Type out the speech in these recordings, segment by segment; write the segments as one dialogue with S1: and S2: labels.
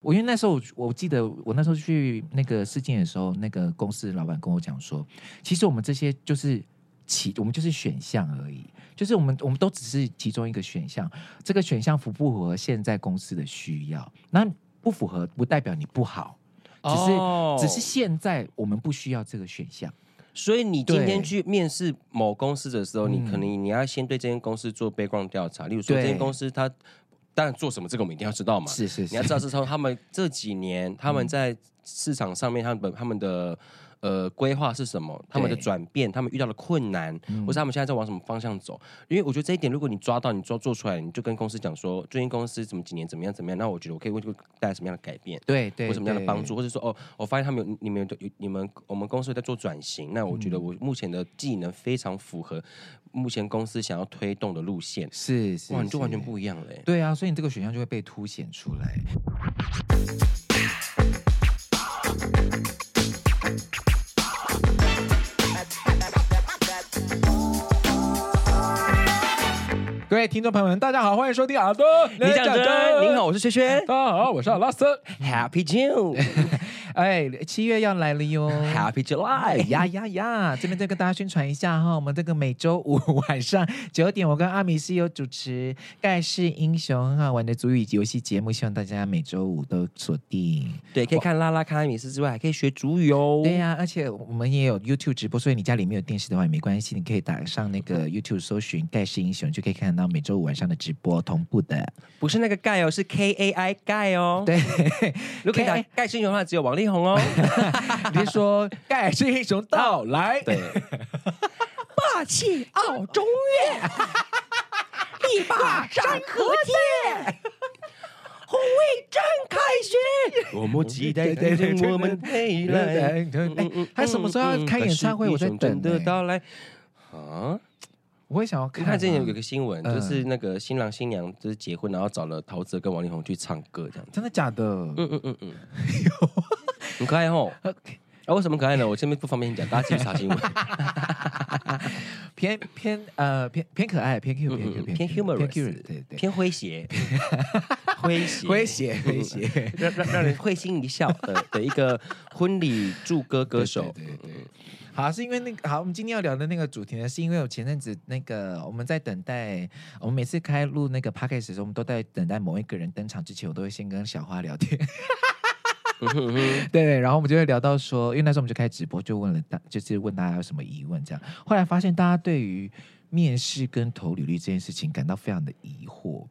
S1: 我因为那时候我我记得我那时候去那个试镜的时候，那个公司老板跟我讲说，其实我们这些就是其我们就是选项而已，就是我们我们都只是其中一个选项，这个选项符不符合现在公司的需要？那不符合不代表你不好，只是、
S2: 哦
S1: 只是现在我们不需要这个选项。
S2: 所以你今天
S1: 对
S2: 去面试某公司的时候，你可
S1: 嗯
S2: 能你要先对这间公司做 background 调查，例如说这
S1: 对
S2: 间公司它当然做什么，这个我们一定要知道嘛。
S1: 是是是，嗯
S2: 你要知道是从他们这几年他们在市场上面他们他们的呃规划是什么，他们的
S1: 对嗯
S2: 转变，他们遇到的困难，或是他们现在在往什么方向走。因为我觉得这一点，如果你抓到，你做做出来，你就跟公司讲说，最近公司怎么几年怎么样怎么样，那我觉得我可以为这个带来什么样的改变。
S1: 对对
S2: 或什么样的
S1: 对
S2: 帮助，或者说哦，我发现他们有你们有有你们我们公司有在做转型，那我觉得
S1: 嗯
S2: 我目前的技能非常符合目前公司想要推动的路线，
S1: 是是，
S2: 哇，你就是完全不一样了欸。
S1: 对啊，所以你这个选项就会被凸显出来。各位听众朋友们，大家好，欢迎收听阿东，
S2: 你讲真，您好，，我是轩轩
S3: 大家好，我是阿拉斯。
S2: ，Happy June，Happy
S1: 哎，七月要来了哟。哎
S2: July。
S1: 呀呀呀！这边再跟大家宣传一下哈，我们这个每周五晚上九点，我跟阿米西有主持《盖世英雄》很好玩的足语游戏节目，希望大家每周五都锁定。
S2: 对，可以看拉拉卡米斯之外，还可以学主语哦。
S1: 对啊呀、而且我们也有 YouTube 直播，所以你家里没有电视的话也没关系，你可以打上那个 YouTube 搜寻“盖世英雄”，就可以看到每周五晚上的直播同步的。
S2: 不是那个盖哦，是 K A I 盖哦。
S1: 对，
S2: 如果你打
S1: K
S2: 盖世英雄的话，只有王力宏哦。
S1: 你是说“盖世英雄到来”？
S2: 对，
S3: 霸气傲中岳， 力霸山河间，红卫战凯旋。
S2: 我们期待
S1: 对对对
S2: 等我们未来。嗯
S1: 对对对，他什么时候要开演唱会？我在等
S2: 的
S1: 呢。
S2: 到来啊！
S1: 我会想要
S2: 你
S1: 看啊。
S2: 看之前有一个新闻，
S1: 嗯
S2: 就是那个新郎新娘就是结婚，然后找了陶喆跟王力宏去唱歌这样子。
S1: 真的假的？
S2: 嗯嗯嗯嗯，很可爱哦。
S1: 呃
S2: 啊，为什么可爱呢？我这边不方便讲，大家自己去查新闻。
S1: 偏偏呃偏偏可爱，偏 Q 偏
S2: 嗯
S1: Q
S2: 嗯
S1: Q，
S2: 偏
S1: 偏 Q，
S2: humorous，
S1: 对对，
S2: 偏诙 谐，诙谐，
S1: 诙谐诙
S2: 嗯
S1: 谐。
S2: 让让让人会心一笑 的的一个婚礼祝歌歌手。
S1: 对
S2: 嗯
S1: 对对对好，是因为那个好，我们今天要聊的那个主题呢，是因为我前阵子那个我们在等待，我们每次开录那个 podcast 的时候，我们都在等待某一个人登场之前，我都会先跟小花聊天。
S2: 嗯哼嗯哼
S1: 对对，然后我们就会聊到说，因为那时候我们就开直播，就问了大，就是问大家有什么疑问这样。后来发现大家对于面试跟投履历这件事情感到非常的疑惑，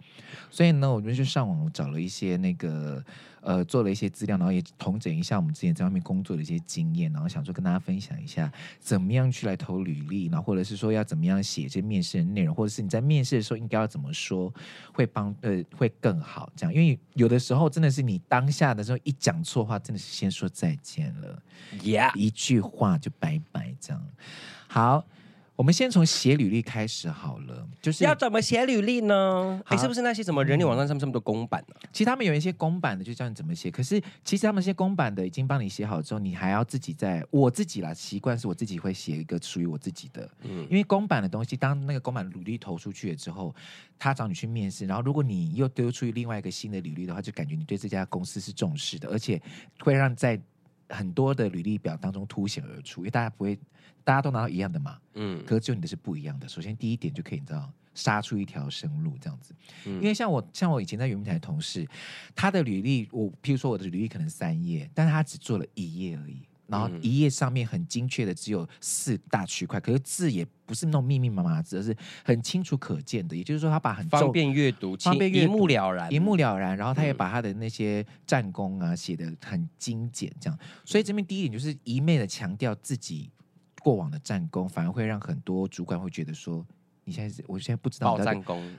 S1: 所以呢，我们就上网找了一些那个呃，做了一些资料，然后也统整一下我们之前在外面工作的一些经验，然后想说跟大家分享一下怎么样去来投履历，然后或者是说要怎么样写这面试的内容，或者是你在面试的时候应该要怎么说会帮呃会更好这样，因为有的时候真的是你当下的时候一讲错话，真的是先说再见了，
S2: ，Yeah，
S1: 一句话就拜拜这样。好，我们先从写履历开始好了，就是
S2: 要怎么写履历呢？哎，
S1: 好
S2: 是不是那些什么人力网站上面这么多公版啊呢？
S1: 其实他们有一些公版的，就教你怎么写。可是其实他们这些公版的已经帮你写好之后，你还要自己在我自己啦，习惯是我自己会写一个属于我自己的。
S2: 嗯
S1: 因为公版的东西，当那个公版履历投出去了之后，他找你去面试，然后如果你又丢出另外一个新的履历的话，就感觉你对这家公司是重视的，而且会让在很多的履历表当中凸显而出，因为大家不会，大家都拿到一样的嘛。
S2: 嗯
S1: 可是只有你的是不一样的。首先第一点就可以，你知道，杀出一条生路这样子。
S2: 嗯
S1: 因为像我，像我以前在圆明台的同事，他的履历，我譬如说我的履历可能三页，但是他只做了一页而已。然后
S2: 嗯
S1: 一页上面很精确的只有四大区块，可是字也不是那种密密麻麻的字，而是很清楚可见的。也就是说，他把很
S2: 方
S1: 重
S2: 便阅读，
S1: 方便
S2: 清
S1: 阅
S2: 一
S1: 读
S2: 目了然，
S1: 一目了然，然后他也
S2: 嗯
S1: 把他的那些战功啊写得很精简，这样。
S2: 嗯
S1: 所以这边第一点就是一昧的强调自己过往的战功，反而会让很多主管会觉得说，你现在是我现在不知道
S2: 爆
S1: 你到底
S2: 战，功。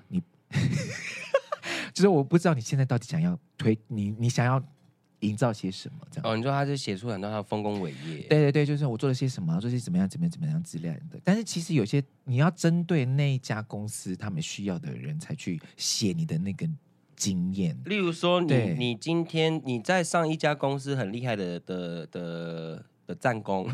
S1: 就是我不知道你现在到底想要推你，你想要营造些什么这样。
S2: 哦，你说他就写出很多他的丰功伟业，
S1: 对对对，就是我做了些什么，做些怎么样，怎么样，怎么样之类的。但是其实有些你要针对那一家公司他们需要的人才去写你的那个经验。
S2: 例如说你，
S1: 对
S2: 你今天你在上一家公司很厉害的的的的战 功。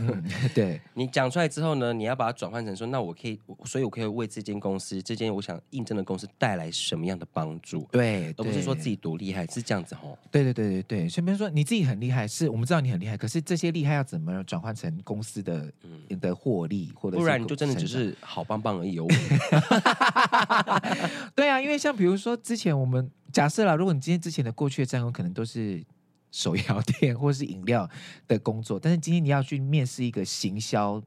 S1: 对，
S2: 你讲出来之后呢，你要把它转换成说，那我可以，我所以我可以为这间公司，这间我想应征的公司带来什么样的帮助，
S1: 对，
S2: 而不是说
S1: 对
S2: 自己多厉害，是这样子吼。
S1: 对对对对对，所以比如说你自己很厉害，是我们知道你很厉害，可是这些厉害要怎么转换成公司的、的获利，或者是
S2: 嗯不然你就真的只
S1: 成
S2: 是好棒棒而已 哦。
S1: 长对啊，因为像比如说之前我们假设啦，如果你今天之前的过去的战功可能都是手摇 店或是饮料的工作，但是今天你要去面试一个行销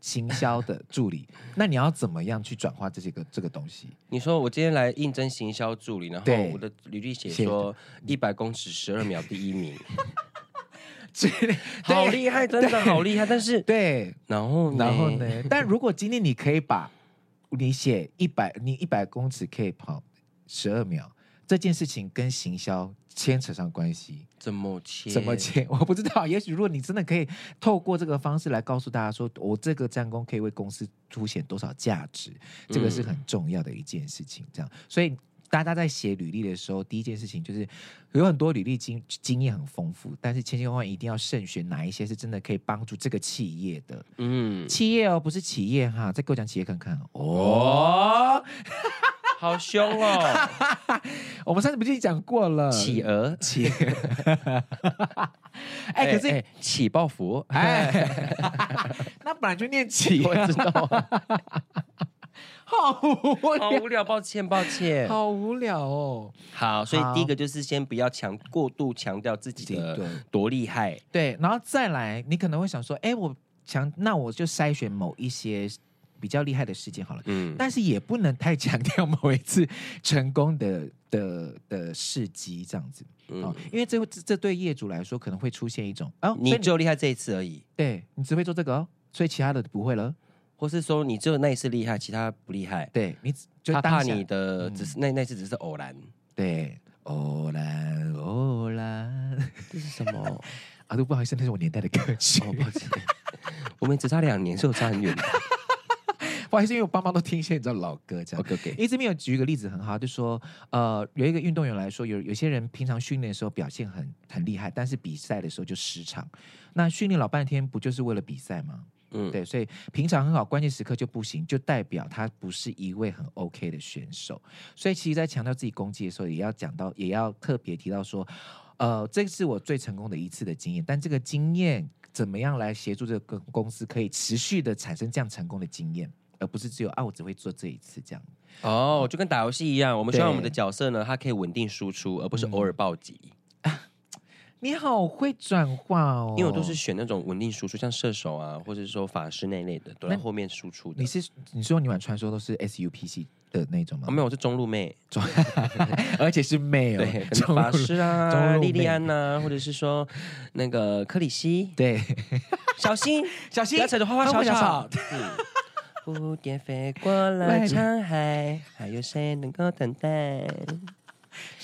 S1: 行销的助 理，那你要怎么样去转化这些个这个东西？
S2: 你说我今天来应征行销助理，然后
S1: 对
S2: 我的履历写
S1: 写
S2: 说一百公尺十二秒第 一名，
S1: 之类
S2: 好
S1: 对
S2: 厉害，真的好厉害。但是
S1: 对，
S2: 然后
S1: 然后呢？但如果今天你可以把你写一百，你一百公尺可以跑十二秒这件事情跟行销牵扯上关系，
S2: 怎么切？
S1: 怎么？牵？ 我不知道。也许如果你真的可以透过这个方式来告诉大家说，我这个战功可以为公司凸显多少价值，这个是很重要的一件事情。这样，所以。大家在写履历的时候，第一件事情就是有很多履历经经验很丰富，但是千千万万一定要慎选哪一些是真的可以帮助这个企业的。
S2: 嗯，
S1: 企业哦，不是企业哈，再给我讲企业看看哦。
S2: 哦，好凶哦，
S1: 我们上次不就讲过了？
S2: 企 鹅，
S1: 企业，哎、可是
S2: 哎起爆服，
S1: 哎， 那本来就念企
S2: 我
S1: 业，
S2: 知道，
S1: 好无
S2: 好
S1: 聊，
S2: 无聊，抱歉，抱歉。
S1: 好无聊哦。
S2: 好，所以
S1: 好
S2: 第一个就是先不要强过度强调自己
S1: 自
S2: 的
S1: 己
S2: 多厉害，
S1: 对，然后再来，你可能会想说，哎，我强，那我就筛选某一些比较厉害的事件好了。
S2: 嗯，
S1: 但是也不能太强调某一次成功的的的事迹这样子
S2: 嗯
S1: 哦，因为这这这对业主来说可能会出现一种哦，
S2: 你
S1: 所以
S2: 就厉害这一次而已，
S1: 对你只会做这个哦，所以其他的不会了。
S2: 或是说你只有那一次厉害，其他不厉害。
S1: 对你只就
S2: 他
S1: 当
S2: 怕
S1: 下
S2: 你的只是那那次只是偶然，
S1: 对，哦偶然偶然
S2: 这是什么？哦，
S1: 啊，都不好意思，那是我年代的歌曲，
S2: 抱歉， 我们只差两年，所以我差很远的。
S1: 不好意思，因为我爸妈都听一些你知道老歌这样。
S2: OK OK，
S1: 一直没有举一个例子很好，就说呃，有一个运动员来说，有有些人平常训练的时候表现很很厉害，但是比赛的时候就失常。那训练老半天，不就是为了比赛吗？
S2: 嗯，
S1: 对，所以平常很好，关键时刻就不行，就代表他不是一位很 OK 的选手。所以其实，在强调自己攻击的时候，也要讲到，也要特别提到说，呃，这是我最成功的一次的经验，但这个经验怎么样来协助这个公司可以持续的产生这样成功的经验，而不是只有啊，我只会做这一次这样。
S2: 哦，就跟打游戏一样，我们希望
S1: 对
S2: 我们的角色呢，他可以稳定输出，而不是偶尔暴击。
S1: 你好会转化哦，
S2: 因为我都是选那种稳定输出，像射手啊，或者是说法师那一类的，躲在后面输出的
S1: 你。是你说你玩传说都是 SUP 系的那种吗
S2: 啊，？没有，我是中路妹，
S1: 而且是 male，
S2: 对， 可
S1: 中
S2: 能法
S1: 路
S2: 师啊、
S1: 中路妹
S2: 莉莉安呐、或者是说那个克里希，
S1: 对，
S2: 小心，
S1: 小
S2: 不
S1: 心
S2: 要踩着花花草
S1: 花
S2: 草
S1: 花。
S2: 嗯蝴蝶飞过了沧海，还有谁能够等待？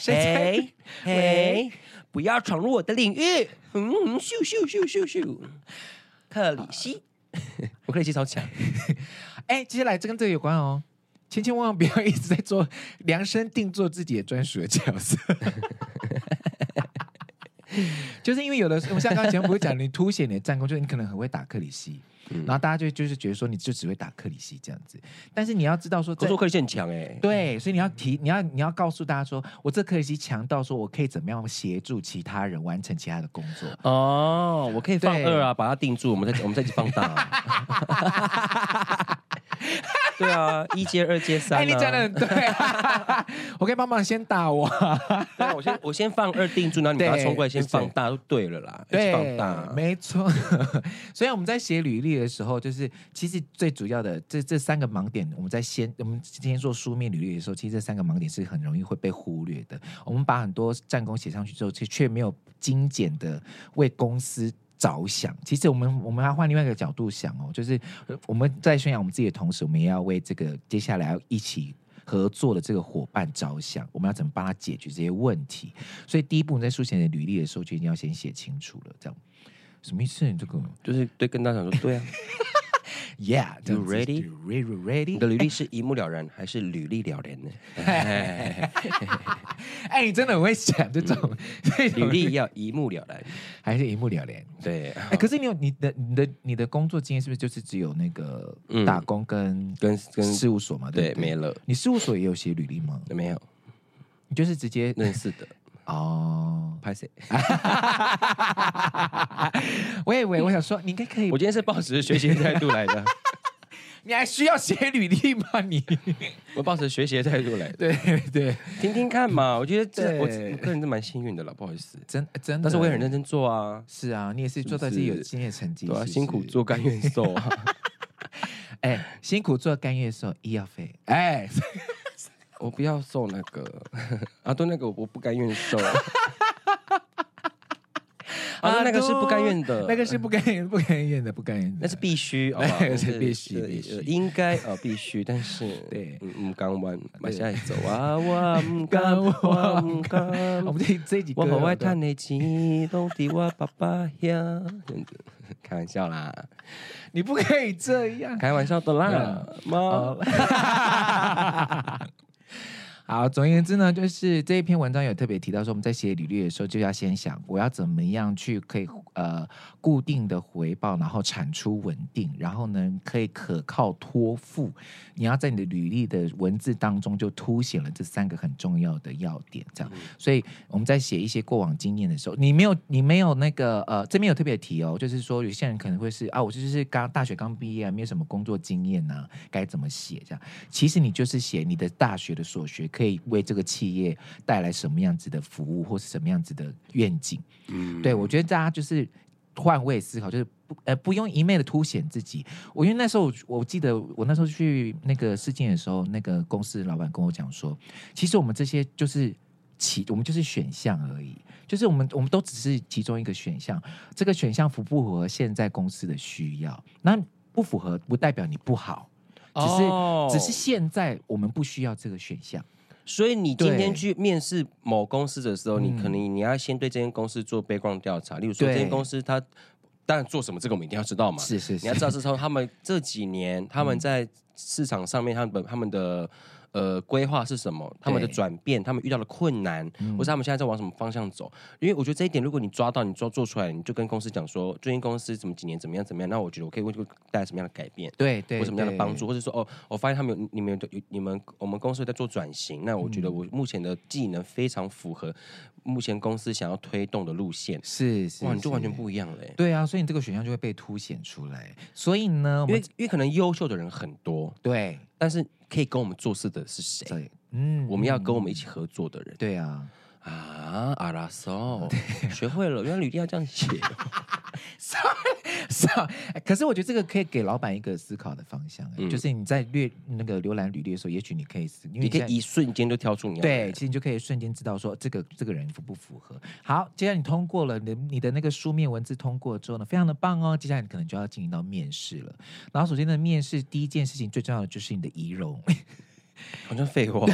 S1: 在
S2: 谁？嘿，不要闯入我的领域！嗯，咻咻咻咻咻，克里希，啊 我克里希超强。
S1: 哎，接下来这跟这个有关哦，千千万万不要一直在做量身定做自己的专属的角色。 就是因为有的时候，我们像刚刚前面不是讲，你凸显你的战功，就是你可能很会打克里希，
S2: 嗯
S1: 然后大家就就是觉得说你就只会打克里希这样子。但是你要知道说
S2: 可
S1: 在，
S2: 是我克里希很强哎，
S1: 对，所以你要提，你要你要告诉大家说，我这克里希强到说我可以怎么样协助其他人完成其他的工作。
S2: 哦，我可以放
S1: 对
S2: 二啊，把它定住，我们 再我们再一起放大啊。 对啊，一阶、二阶、三、啊。
S1: 哎，你讲的很对、 啊，我可以帮忙先打我。
S2: 对啊，我先我先放二定住，然后你把它
S1: 对
S2: 冲过来，先
S1: 对
S2: 放大就对了啦，一起
S1: 对，
S2: 放大。
S1: 没错。 所以我们在写履历的时候，就是其实最主要的这这三个盲点，我们在先我们今天做书面履历的时候，其实这三个盲点是很容易会被忽略的。我们把很多战功写上去之后，却却没有精简的为公司。着想，其实我们我们要换另外一个角度想哦，就是我们在宣扬我们自己的同时，我们也要为这个接下来要一起合作的这个伙伴着想，我们要怎么帮他解决这些问题？所以第一步，你在书写你的履历的时候，就一定要先写清楚了。这样什么意思？你这个
S2: 就是对，跟大家讲说，对啊，
S1: Yeah,
S2: You ready?
S1: You ready? You
S2: 你
S1: ready?
S2: 的履历是一目了然，还是履历了然 呢？
S1: 哎，你真的很会想这种，
S2: 嗯
S1: 这
S2: 履
S1: 种
S2: 历要一目了然，
S1: 还是一目了然。
S2: 对，
S1: 哎，可是你有你的你的你的工作经验是不是就是只有那个
S2: 嗯
S1: 打工跟
S2: 跟跟
S1: 事务所嘛？对
S2: 对
S1: 不对，
S2: 没了，
S1: 你事务所也有写履历吗？
S2: 没有
S1: 你就是直接
S2: 认识的，
S1: 哦，
S2: 拍谁？
S1: 我以为我想说你应该可以
S2: 我，今天是抱持学习的态度来 的，
S1: 你还需要写履历吗？ 你
S2: 我抱持学习的态度来的，
S1: 对对，
S2: 听听看嘛。我觉得
S1: 嗯对
S2: 这我我个人是蛮幸运的了，不好意思，
S1: 真真的，
S2: 但是我也很认真做啊，
S1: 是啊，你也是
S2: 不
S1: 做到自己有
S2: 是
S1: 经验成绩，
S2: 对啊，
S1: 是不
S2: 辛苦
S1: 是
S2: 做甘愿受 啊。
S1: 哎，辛苦做甘愿受，医药费。哎，
S2: 我不要受那个 啊，对那个我不甘愿受。 啊，那个是不甘愿的，
S1: 那个是不甘愿、不甘愿的、不甘愿的。
S2: 那是 必须，好
S1: 那
S2: 吧？
S1: 个是必须
S2: 对
S1: 必须
S2: 呃应该呃必须，但是
S1: 对
S2: 嗯，嗯，港湾马下来走啊，我唔敢，
S1: 甘
S2: 我唔敢，
S1: 我们这这几个，
S2: 嗯我好爱赚的钱，拢伫我爸爸遐，这样子，开玩笑啦，
S1: 你不可以这样。
S2: 开玩笑的啦，妈，
S1: 好，总而言之呢，就是这一篇文章有特别提到说，我们在写履历的时候就要先想，我要怎么样去可以呃固定的回报，然后产出稳定，然后呢可以可靠托付。你要在你的履历的文字当中就凸显了这三个很重要的要点，这样。所以我们在写一些过往经验的时候，你没有你没有那个呃，这边有特别提哦，就是说有些人可能会是啊，我就是刚大学刚毕业啊，没有什么工作经验呐、该怎么写这样？其实你就是写你的大学的所学可以为这个企业带来什么样子的服务，或是什么样子的愿景。
S2: 嗯
S1: 对，我觉得大家就是换位思考，就是不呃不用一昧的凸显自己。我因为那时候我我记得我那时候去那个试镜的时候，那个公司老板跟我讲说，其实我们这些就是。其我们就是选项而已，就是我们我们都只是其中一个选项，这个选项符不符合现在公司的需要？那不符合不代表你不好，只是、
S2: 哦
S1: 只是现在我们不需要这个选项。
S2: 所以你今
S1: 对
S2: 天去面试某公司的时候，你可能你要先对这间公司做 background 调查，例如说
S1: 对
S2: 这间公司它当然做什么，这个我们一定要知道嘛。
S1: 是是嗯
S2: 你要
S1: 是，
S2: 知道是从他们这几年他们在市场上面他们本他们的。呃，规划是什么？他们的
S1: 对嗯
S2: 转变，他们遇到的困难，或是他们现在在往什么方向走？因为我觉得这一点，如果你抓到，你抓做出来，你就跟公司讲说，最近公司怎么几年怎么样怎么样，那我觉得我可以为这个带来什么样的改变。
S1: 对对，
S2: 或什么样的
S1: 对
S2: 帮助，？或者说哦，我发现他们有你们有有你们我们公司有在做转型，那我觉
S1: 嗯
S2: 得我目前的技能非常符合目前公司想要推动的路线，
S1: 是是，
S2: 哇，你就是完全不一样了欸。
S1: 对啊，所以你这个选项就会被凸显出来。所以呢，我
S2: 因为
S1: 们
S2: 因为可能优秀的人很多，
S1: 对
S2: 但是可以跟我们做事的是谁？
S1: 对，嗯
S2: 我们要跟我
S1: 嗯
S2: 们一起合作的人
S1: 对啊，
S2: 啊，阿拉索，学会了，原来履历要这样写，
S1: 是啊。哎可是我觉得这个可以给老板一个思考的方向、哎
S2: 嗯
S1: 就是你在略那个浏览履历的时候，也许你可以思，因为
S2: 你可
S1: 现在
S2: 以一瞬间就挑出你要的
S1: 对，
S2: 人。
S1: 其实你就可以瞬间知道说这个这个人符不符合。好，接下来你通过了，你的你的那个书面文字通过之后呢，非常的棒哦。接下来你可能就要进行到面试了。然后首先呢，面试第一件事情最重要的就是你的仪容。
S2: 好像废话，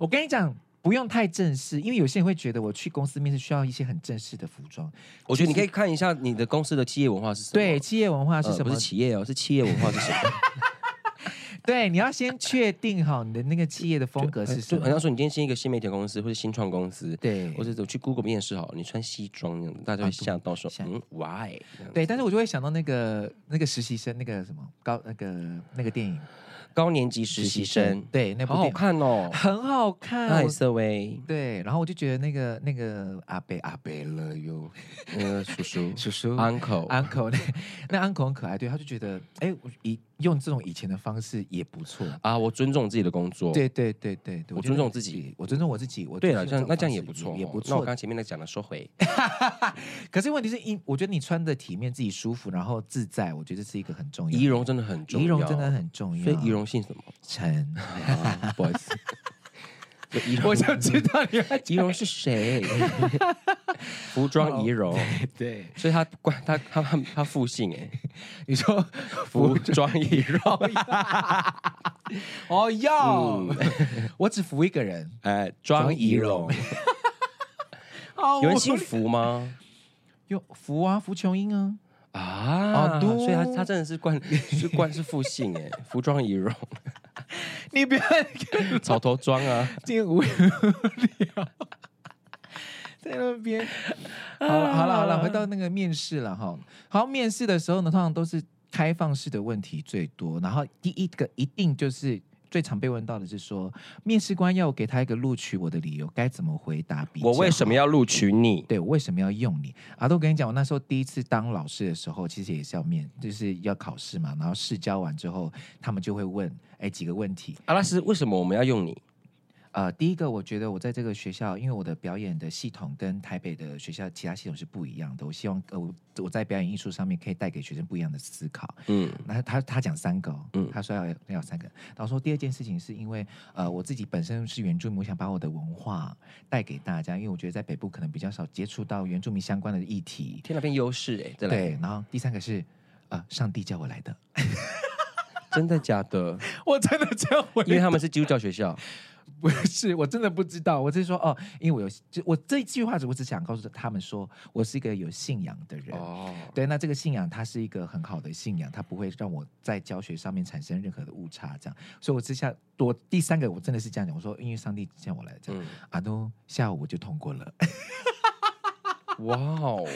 S1: 我跟你讲。不用太正式，因为有些人会觉得我去公司面试需要一些很正式的服装。
S2: 我觉得你可以看一下你的公司的企业文化是什么。
S1: 对，企业文化
S2: 呃，
S1: 是什
S2: 不
S1: 么？
S2: 是企业哦，是企业文化是什么？
S1: 对，你要先确定好你的那个企业的风格是什
S2: 呃就好
S1: 么。
S2: 像说你今天进一个新媒体公司或者新创公司，
S1: 对，啊
S2: 或者走去 Google 面试好了，你穿西装那样子，大家会吓到说，
S1: 吓
S2: 嗯，why？这样子
S1: 对，但是我就会想到那个那个实习生，那个什么高那个那个电影
S2: 高年级实习生，
S1: 哎对，那部
S2: 好好
S1: 电影
S2: 看哦，
S1: 很好看，
S2: 艾
S1: 我
S2: 瑟薇，
S1: 对，然后我就觉得那个那个阿贝阿贝了哟，
S2: 那个叔叔
S1: 叔叔
S2: uncle，
S1: uncle 那那 uncle 很可爱，对，他就觉得哎，我以用这种以前的方式也不错。
S2: 啊，我尊重自己的工作，
S1: 对对对对对，
S2: 我
S1: 觉得
S2: 尊重自己，
S1: 我尊重我自己。我
S2: 对
S1: 就是
S2: 了，这样
S1: 种
S2: 那这样
S1: 方
S2: 也
S1: 式
S2: 不错哦，
S1: 也不
S2: 那我
S1: 错
S2: 刚。刚前面那讲的 收回，
S1: 可是问题是，因我觉得你穿的体面自己舒服，然后自在，我觉得这是一个很重要。
S2: 仪容真的很重要，
S1: 仪容真的，很重要，
S2: 所以仪容姓什么？
S1: 陈，
S2: 啊不好意思， 所以仪容
S1: 我就知道你要
S2: 仪容是谁？ 服装仪容。
S1: 对，
S2: 所以他关他他他他复姓 哎、
S1: 你说
S2: 服装易容，
S1: 哦要，
S2: 嗯
S1: 我只服一个人，
S2: 哎，装易容，有人姓福吗？
S1: 有服啊，服琼英啊，
S2: 啊，
S1: 哦对
S2: 所以他他真的是冠 是冠是复姓哎，服装仪容、
S1: 你不要
S2: 草头装啊，
S1: 进无聊，在那边。 啊好了好了好了，回到那个面试了哈。好，面试的时候呢，通常都是开放式的问题最多，然后第一个一定就是。最常被问到的是说，面试官要我给他一个录取我的理由，该怎么回答比较
S2: 我为什
S1: 好
S2: 么要录取你？
S1: 对，我为什么要用你？阿豆，我跟你讲，我那时候第一次当老师的时候，其实也是要面，就是要考试嘛。然后试教完之后，他们就会问，哎，几个问题。
S2: 阿拉斯为什么我们要用你？
S1: 呃，第一个，我觉得我在这个学校，因为我的表演的系统跟台北的学校其他系统是不一样的。我希望呃，我我在表演艺术上面可以带给学生不一样的思考。
S2: 嗯，
S1: 那他他讲三个、哦，
S2: 嗯
S1: 他说要要有三个。然后说第二件事情是因为呃我自己本身是原住民，我想把我的文化带给大家，因为我觉得在北部可能比较少接触到原住民相关的议题。
S2: 天哪，变优势哎，再来，
S1: 对，然后第三个是呃上帝叫我来的，
S2: 真的假 的？
S1: 我真的这样回
S2: 因为他们是基督教学校，
S1: 不是， 我真的不知道，我只是说哦，因为我有就我这一句话，我只想告诉他们说，我是一个有信仰的人。
S2: 哦，
S1: 对，那这个信仰它是一个很好的信仰，它不会让我在教学上面产生任何的误差，这样。所以我之下多第三个，我真的是这样讲，我说因为上帝叫我来这样，
S2: 嗯，
S1: 啊都下午我就通过了。
S2: 哇哦，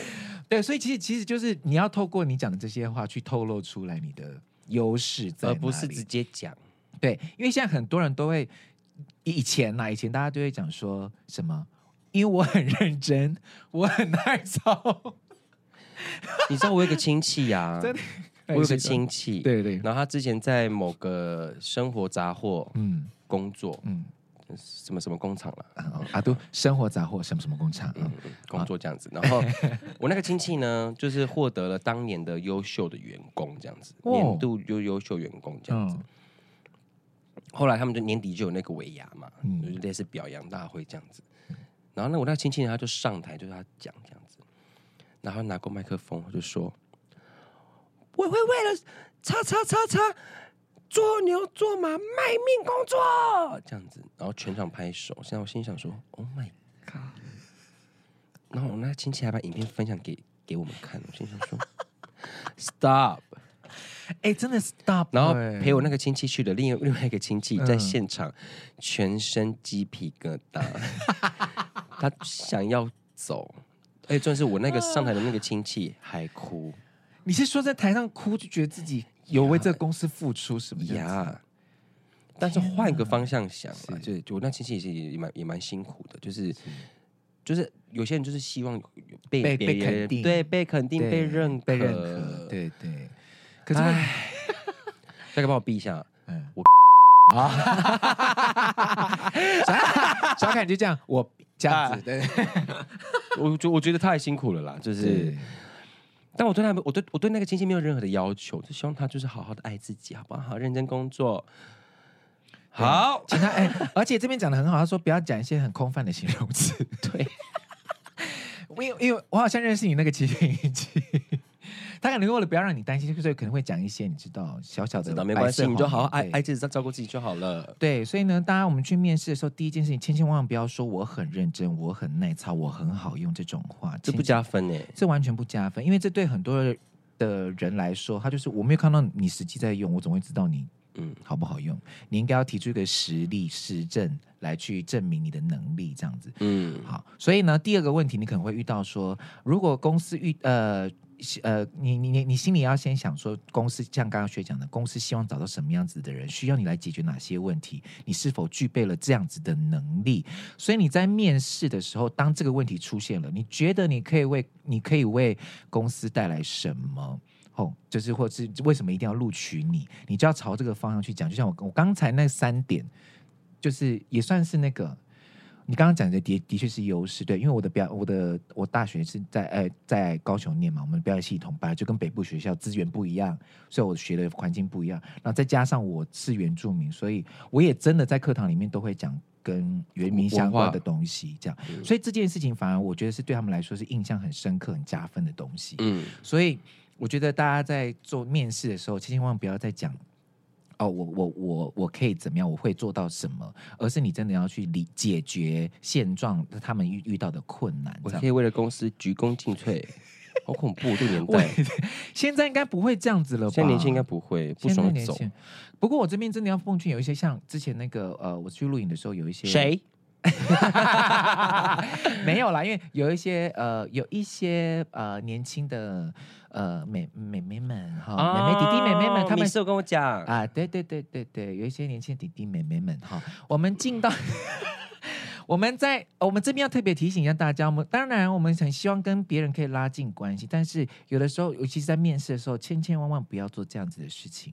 S1: 对，所以其实其实就是你要透过你讲的这些话去透露出来你的优势在哪
S2: 而
S1: 里，
S2: 不是直接讲，
S1: 对，因为现在很多人都会，以前啦，以前大家都会讲说什么，因为我很认真，我很爱 操，
S2: 你知道我有一个亲戚 呀，
S1: 真的
S2: 我有个，亲戚，
S1: 对对，
S2: 然后他之前在某个生活杂货
S1: 嗯
S2: 工作，
S1: 嗯，
S2: 什么什么工厂了。
S1: 啊哦啊都生活杂货什么什么工厂，啊
S2: 嗯，嗯工作这样子。然后我那个亲戚呢，就是获得了当年的优秀的员工这样子，
S1: 哦
S2: 年度优优秀员工这样子。
S1: 嗯
S2: 后来他们就年底就有那个尾牙嘛，
S1: 嗯
S2: 就是类似表扬大会这样子。然后呢，我那个亲戚呢，他就上台，就是他讲这样子，然后拿过麦克风，他就说：“我会为了叉叉叉叉做牛做马卖命工作。”这样子，然后全场拍手。现在我心里想说：“Oh my god！” 然后我那亲戚还把影片分享给给我们看，我心里想说 ：“Stop！”
S1: 哎，真的 stop，
S2: 然后
S1: 欸
S2: 陪我那个亲戚去的另外另外一个亲戚
S1: 嗯
S2: 在现场全身鸡皮疙 瘩，他想要走，而且重点是我那个上台的那个亲戚还 哭
S1: 你是说在台上哭就觉得自己有为这个公司付出什么呀？
S2: 呀。但是换个方向想啊，
S1: 是
S2: 就是就我那亲戚也是也蛮也蛮辛苦的，就是就是有些人就是希望有
S1: 被
S2: 被别
S1: 被肯
S2: 人
S1: 定
S2: 对被肯定
S1: 对
S2: 被认
S1: 被认可，，对对，可 是会
S2: 唉，大哥帮我避一下，
S1: 嗯，
S2: 我
S1: 啊，小小凯就这样，我这样子，对
S2: 我觉我觉得太辛苦了啦，就是
S1: 对。
S2: 但我对他，我对我对那个亲戚没有任何的要求，就希望他就是好好的爱自己，好不好？认真工作。啊好，
S1: 请他哎、而且这边讲的很好，他说不要讲一些很空泛的形容词。 对，因为因为我好像认识你那个齐天一期， 他可能为了不要让你担心，所以可能会讲一些你知道小小的
S2: 知道没关系，
S1: 白色
S2: 你就好好
S1: 谎
S2: 爱
S1: 言
S2: 爱。自己，照顾自己就好了。
S1: 对，所以呢，大家我们去面试的时候，第一件事情千千万万不要说我很认真，我很耐操，我很好用这种话，
S2: 这不
S1: 千
S2: 加分哎，
S1: 这完全不加分，因为这对很多的人来说，他就是我没有看到你实际在用，我怎么会知道你
S2: 嗯，
S1: 好不好用？你应该要提出一个实例实证来去证明你的能力，这样子。
S2: 嗯，
S1: 好，所以呢，第二个问题你可能会遇到说，如果公司遇呃是呃，你你你你心里要先想说，公司像刚刚学讲的，公司希望找到什么样子的人，需要你来解决哪些问题，你是否具备了这样子的能力？所以你在面试的时候，当这个问题出现了，你觉得你可以为你可以为公司带来什么？哦，就是或是为什么一定要录取你，你就要朝这个方向去讲。就像我我刚才那三点，就是也算是那个你刚刚讲的的的确是优势，对，因为我的表我的我大学是在呃在高雄念嘛，我们表演系统本来就跟北部学校资源不一样，所以我学的环境不一样，然后再加上我是原住民，所以我也真的在课堂里面都会讲跟原民相关的东西，这样，
S2: 嗯
S1: 所以这件事情反而我觉得是对他们来说是印象很深刻、很加分的东西，
S2: 嗯，
S1: 所以我觉得大家在做面试的时候，千千万不要再讲哦，我我我我可以怎么样，我会做到什么，而是你真的要去理解决现状，他们遇遇到的困难。
S2: 我
S1: 这
S2: 可
S1: 样
S2: 以为了公司鞠躬尽瘁，好恐怖这个年
S1: 我
S2: 代。
S1: 现在应该不会这样子了吧？
S2: 现在年轻应该不会，不
S1: 现在
S2: 爽
S1: 年
S2: 走。
S1: 轻。不过我这边真的要奉劝有一些像之前那个呃，我去录影的时候有一些？ 没有啦，因为有一些呃，有一些呃年轻的呃美美眉们哈，
S2: 哦
S1: 啊妹妹弟弟妹妹们，他
S2: 你
S1: 们
S2: 是哦有跟我讲，
S1: 啊，对对对对对，有一些年轻的弟弟妹妹们哈，我们进到 我们在我们这边要特别提醒一下大家，我们当然我们很希望跟别人可以拉近关系，但是有的时候，尤其是在面试的时候，千千万万不要做这样子的事情。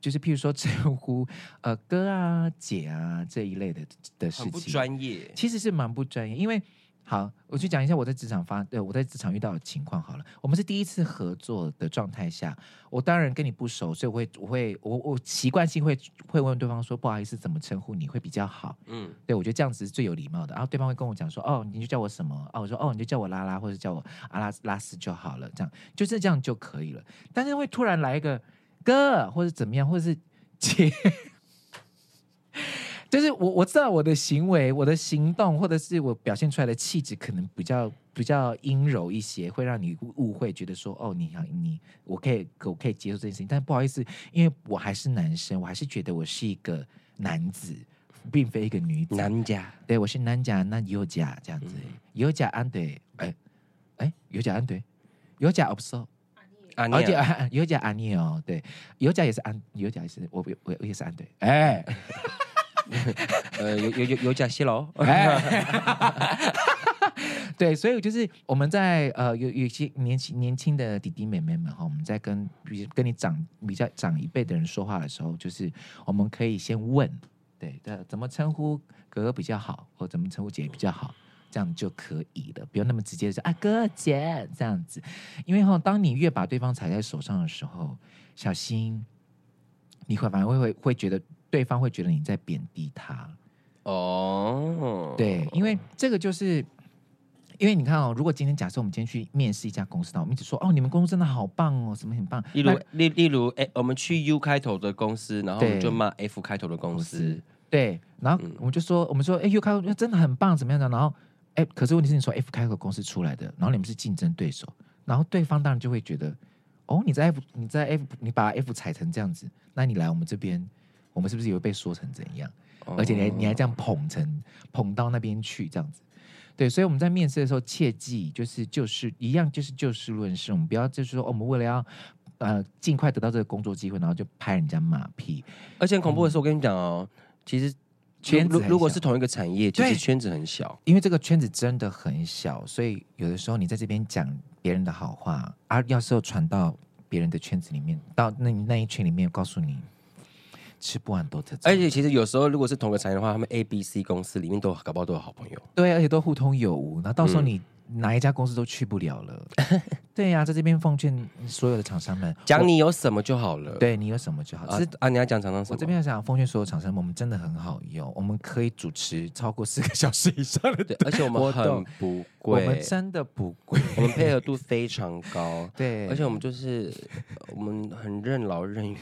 S1: 就是譬如说称呼呃哥啊姐啊这一类的的事
S2: 很不
S1: 情，
S2: 专业。
S1: 其实是蛮不专业，因为好，我去讲一下我在职场发呃我在职场遇到的情况好了。我们是第一次合作的状态下，我当然跟你不熟，所以我会我会我我习惯性会会问对方说不好意思，怎么称呼你会比较好？
S2: 嗯，
S1: 对我觉得这样子是最有礼貌的。然后对方会跟我讲说哦，你就叫我什么哦，我说哦，你就叫我拉拉或者叫我阿拉拉斯就好了，这样就是这样就可以了。但是会突然来一个哥或者怎么样，或者是姐。 就是我我知道我的行为、我的行动，或者是我表现出来的气质，可能比较比较阴柔一些，会让你误会，觉得说哦，你好，你我可以我可以接受这件事情，但不好意思，因为我还是男生，我还是觉得我是一个男子，并非一个女子。
S2: 男家
S1: 对我是男甲，那有甲这样子，有甲安对，哎哎，有甲安对，有哦甲 o b s o
S2: 啊，
S1: 而且
S2: 你
S1: 啊有甲安妮哦，对，有甲也是安，有甲也是我我我也是安对，哎。
S2: 呃，有有有有假戏喽。
S1: 哎 对，所以就是我们在呃有有一些年轻年轻的弟弟妹妹们哈，我们在跟比跟你长比较长一辈的人说话的时候，就是我们可以先问，对的，怎么称呼哥哥比较好，或怎么称呼姐姐比较好，这样就可以了，不用那么直接地说啊哥姐这样子，因为哈，当你越把对方踩在手上的时候，小心你会反而会会会觉得对方会觉得你在贬低他。
S2: 哦，
S1: 对，因为这个就是。因为你看哦，如果今天假设我们今天去面试一家公司，那我们一直说哦，你们公司真的好棒哦，什么很棒，
S2: 例
S1: 那
S2: 如例例如，哎，我们去 U 开头的公司，然后我们
S1: 对
S2: 就骂 F 开头的公司。
S1: 对，然后
S2: 嗯
S1: 我们就说，我们说，哎，U 开头真的很棒，怎么样的？然后，哎，可是问题是，你从 F 开头公司出来的，然后你们是竞争对手，然后对方当然就会觉得，哦，你在 F，你在 F，你把 F 踩成这样子，那你来我们这边，我们是不是也会被说成怎样？哦
S2: 哦
S1: 而且你还你还这样捧成捧到那边去这样子。对，所以我们在面试的时候，切记就是就是一样，就是就事论事，我们不要就是说、哦我们为了要呃尽快得到这个工作机会，然后就拍人家马屁。
S2: 而且很恐怖的是，我跟你讲哦，其实
S1: 嗯圈子
S2: 如
S1: 很
S2: 如果
S1: 小
S2: 是同一个产业，其
S1: 对
S2: 实圈子很小。
S1: 因为这个圈子真的很小，所以有的时候你在这边讲别人的好话，啊，要是有传到别人的圈子里面，到那那一群里面，告诉你吃不完都这种，
S2: 而且其实有时候，如果是同一个产业的话，他们 A、B、C 公司里面都搞不好都有好朋友。
S1: 对，而且都互通有无，那到时候
S2: 嗯
S1: 你哪一家公司都去不了 了。对呀、在这边奉劝所有的厂商们，
S2: 讲你有什么就好了。
S1: 对你有什么就好。
S2: 呃啊
S1: 是
S2: 啊，你要讲厂商什
S1: 我
S2: 么？
S1: 这边要想奉劝所有厂商们，我们真的很好用，我们可以主持超过四个小时以上的
S2: 对，而且我们
S1: 活
S2: 很
S1: 动，
S2: 不
S1: 我
S2: 贵，
S1: 们真的不 贵。，
S2: 我们配合度非常高
S1: 对，
S2: 而且我们就是我们很任劳任怨，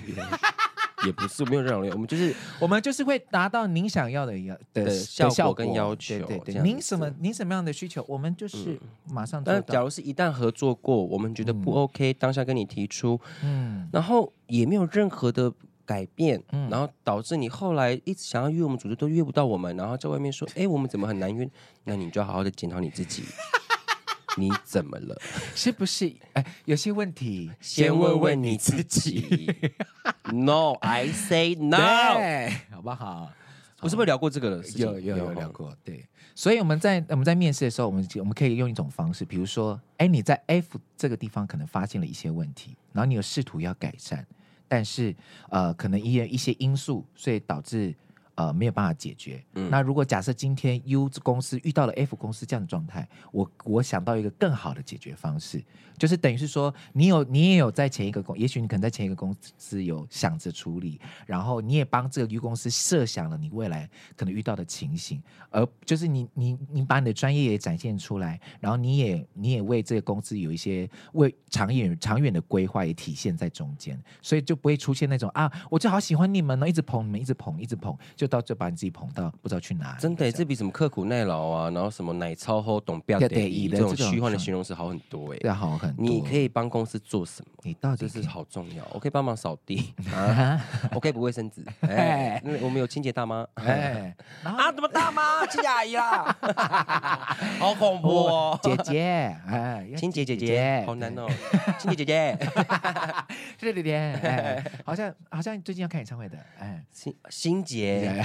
S2: 也不是没有任劳任怨，我们就是
S1: 我们就是会达到您想要的要的
S2: 的
S1: 的
S2: 效
S1: 效
S2: 果跟要求
S1: 对
S2: 这
S1: 对对，
S2: 样
S1: 您
S2: 子嗯
S1: 什么您什么样的需求，我们就是马上做
S2: 但假
S1: 到。
S2: 如是一旦合作过，我们觉得不
S1: 嗯
S2: OK，、当下跟你提出，
S1: 嗯，
S2: 然后也没有任何的改变，
S1: 嗯
S2: 然后导致你后来一直想要约我们组织都约不到我们，然后在外面说，哎，我们怎么很难约？那你就要好好的检讨你 自己，你怎么了？
S1: 是不是？哎，有些问题
S2: 先问问你自己。No，I say no。
S1: 对，好不好？
S2: 我是不是聊过这个了？是
S1: 有
S2: 不是
S1: 有有聊。过，对，所以我们在我们在面试的时候，我们我们可以用一种方式，比如说，哎，你在 F 这个地方可能发现了一些问题，然后你有试图要改善，但是呃，可能一些一些因素，所以导致呃没有办法解决。
S2: 嗯
S1: 那如果假设今天 U 公司遇到了 F 公司这样的状态，我我想到一个更好的解决方式，就是等于是说，你有你也有在前一个公，也许你可能在前一个公司有想着处理，然后你也帮这个 U 公司设想了你未来可能遇到的情形，而就是你你你把你的专业也展现出来，然后你也你也为这个公司有一些为长远长远的规划也哦体现在中间，所以就不会出现那种啊，我就好喜欢你们呢，一直捧你们，一直捧，一直捧，就就到最后把你自己捧到不知道去哪里。
S2: 真的耶，这比什么刻苦耐劳啊，然后什么奶超后懂不要得意这种虚幻的形容词好很多哎。
S1: 要好很多。
S2: 你可，以帮公司做什么？
S1: 你到底
S2: 这
S1: 可
S2: 是
S1: 以
S2: 好重要。我可以帮忙扫地，啊、我可以不卫生纸。哎，那我们有清洁大妈。哎，
S1: 哎，
S2: 啊，怎么大妈？清洁阿姨啦，好恐怖哦！
S1: 姐姐，哎，要
S2: 清洁姐
S1: 姐
S2: 姐，好难哦。清洁姐姐，
S1: 对对对，哎，好像好像最近要看演唱会的，哎，
S2: 心心杰，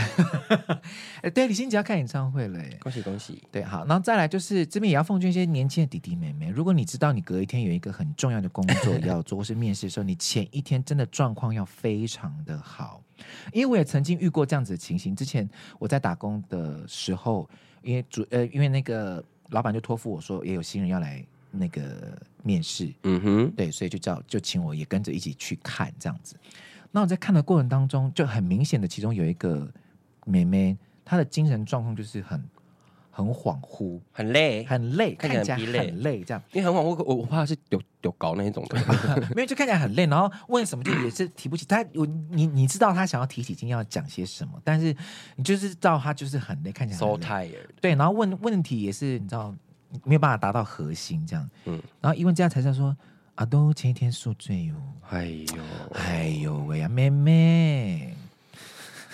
S1: 哎，对，李心洁要看演唱会了，哎。
S2: 恭喜恭喜！
S1: 对，好，然后再来就是这边也要奉劝一些年轻的弟弟妹妹，如果你知道你隔一天有一个很重要的工作要做，或是面试的时候，你前一天真的状况要非常的好，因为我也曾经遇过这样子的情形。之前我在打工的时候，因为主呃，因为那个老板就托付我说，也有新人要来那个面试，
S2: 嗯哼，
S1: 对，所以就叫就请我也跟着一起去看这样子。那我在看的过程当中，就很明显的，其中有一个妹妹，她的精神状况就是很很恍惚，
S2: 很累，
S1: 很累，
S2: 看
S1: 看
S2: 起来
S1: 起来
S2: 很疲累
S1: 很累，这样
S2: 因为很晚，我我我怕是有有搞那一种的。
S1: 没有就看起来很累，然后问什么就也是提不起。她我你你知道她想要提起今天要讲些什么，但是你就是知道她就是很累，看起来
S2: so
S1: 很累。
S2: tired。
S1: 对，然后问问题也是你知道没有办法达到核心这样，
S2: 嗯
S1: 嗯，然后一问这样才知道说啊，都前一天宿醉哦哟、
S2: 哎呦，
S1: 哎呦喂啊，妹妹，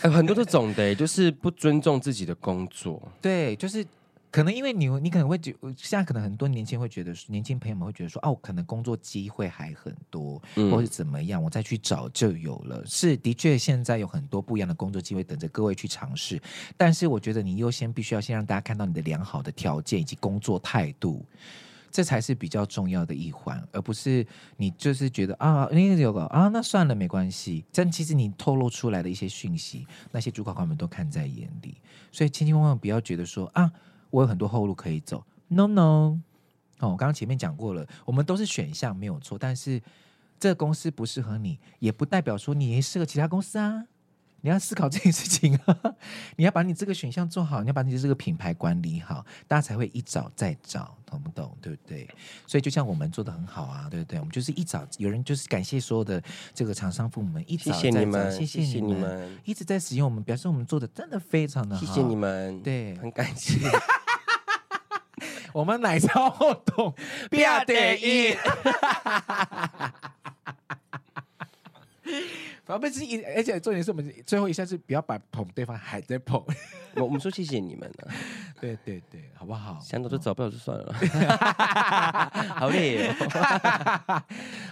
S2: 哎，很多这种的，就是不尊重自己的工作。
S1: 对，就是可能因为你，你可能会觉，现在可能很多年轻人会觉得，年轻朋友们会觉得说，哦、我可能工作机会还很多，
S2: 嗯
S1: 或是怎么样，我再去找就有了。是，的确现在有很多不一样的工作机会等着各位去尝试，但是我觉得你优先必须要先让大家看到你的良好的条件以及工作态度。这才是比较重要的一环，而不是你就是觉得啊，那个有个啊，那算了，没关系。但其实你透露出来的一些讯息，那些主管官们都看在眼里，所以千千万万不要觉得说啊，我有很多后路可以走。No No，哦，我刚刚前面讲过了，我们都是选项没有错，但是这个公司不适合你，也不代表说你也适合其他公司啊。你要思考这件事情啊， 你要把你这个选项做好，你要把你这个品牌管理好，大家才会一找再找，懂不懂？对不对？所以就像我们做的很好啊，对不对？我们就是一找有人就是感谢所有的这个厂商父母们，一
S2: 谢
S1: 找
S2: 谢
S1: 再
S2: 你
S1: 找
S2: 们，
S1: 谢
S2: 谢谢
S1: 你
S2: 你
S1: 们，
S2: 们，
S1: 一直在使用我们，表示我们做的真的非常的好，
S2: 谢谢你们，
S1: 对
S2: 很感谢。
S1: 我们奶超后 懂，不要得意。 反正是一，而且重点是我们最后一下是不要把捧对方还在 捧，
S2: 我我们说谢谢你们啊，
S1: 对对对，好不好？
S2: 想走就走，不走就算 了，好累哦。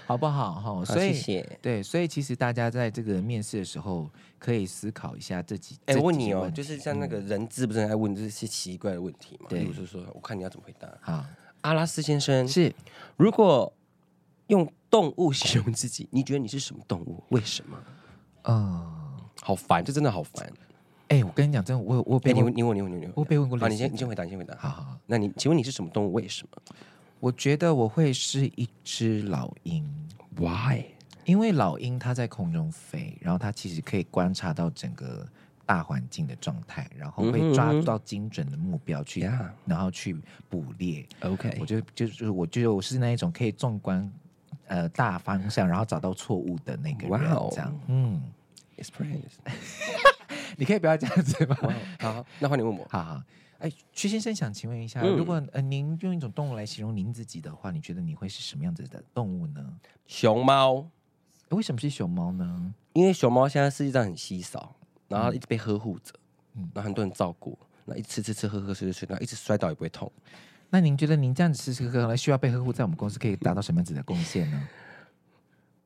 S1: 好不好哈？
S2: 好
S1: 所以
S2: 谢谢
S1: 对，所以其实大家在这个面试的时候，可以思考一下这几。
S2: 哎，
S1: 这
S2: 我问
S1: 几
S2: 你
S1: 个
S2: 哦，
S1: 问题
S2: 就是像那个人资不是很爱问这些奇怪的问题嘛？
S1: 对
S2: 例如就说，我看你要怎么回答。
S1: 好
S2: 阿拉斯先生，
S1: 是
S2: 如果用动物形容自己，你觉得你是什么动物？为什么？
S1: 呃，
S2: 好烦，这真的好烦。
S1: 哎，我跟你讲，真的，我有我有
S2: 哎，
S1: 被
S2: 你
S1: 问
S2: 问，你问，你问，你问，
S1: 我被问过
S2: 好，
S1: 类
S2: 你
S1: 似
S2: 先，你
S1: 的
S2: 先回答，你先回答。
S1: 好好，好
S2: 那你请问你是什么动物？为什么
S1: 我觉得我会是一只老鹰。
S2: ？Why？
S1: 因为老鹰它在空中飞，然后它其实可以观察到整个大环境的状态，然后
S2: 嗯哼
S1: 会
S2: 嗯
S1: 抓
S2: 哼
S1: 到精准的目标去，
S2: Yeah
S1: 然后去捕猎。
S2: OK，
S1: 我就就就是我就我是那一种可以纵观呃大方向，然后找到错误的那个人。
S2: 哇哦
S1: 这样，嗯，
S2: experience。
S1: 你可以不要这样子吗？
S2: 哇，好，那换你问我。
S1: 好好，哎，屈先生想请问一下，
S2: 嗯
S1: 如果呃您用一种动物来形容您自己的话，你觉得你会是什么样子的动物呢？
S2: 熊猫，
S1: 为什么是熊猫呢？
S2: 因为熊猫现在世界上很稀少，然后一直被呵护着，
S1: 嗯
S2: 然后很多人照顾，然后一直吃吃吃喝喝睡睡睡，然后一直摔倒也不会痛。
S1: 那您觉得您这样子吃吃喝喝，需要被呵护，在我们公司可以达到什么样子的贡献呢？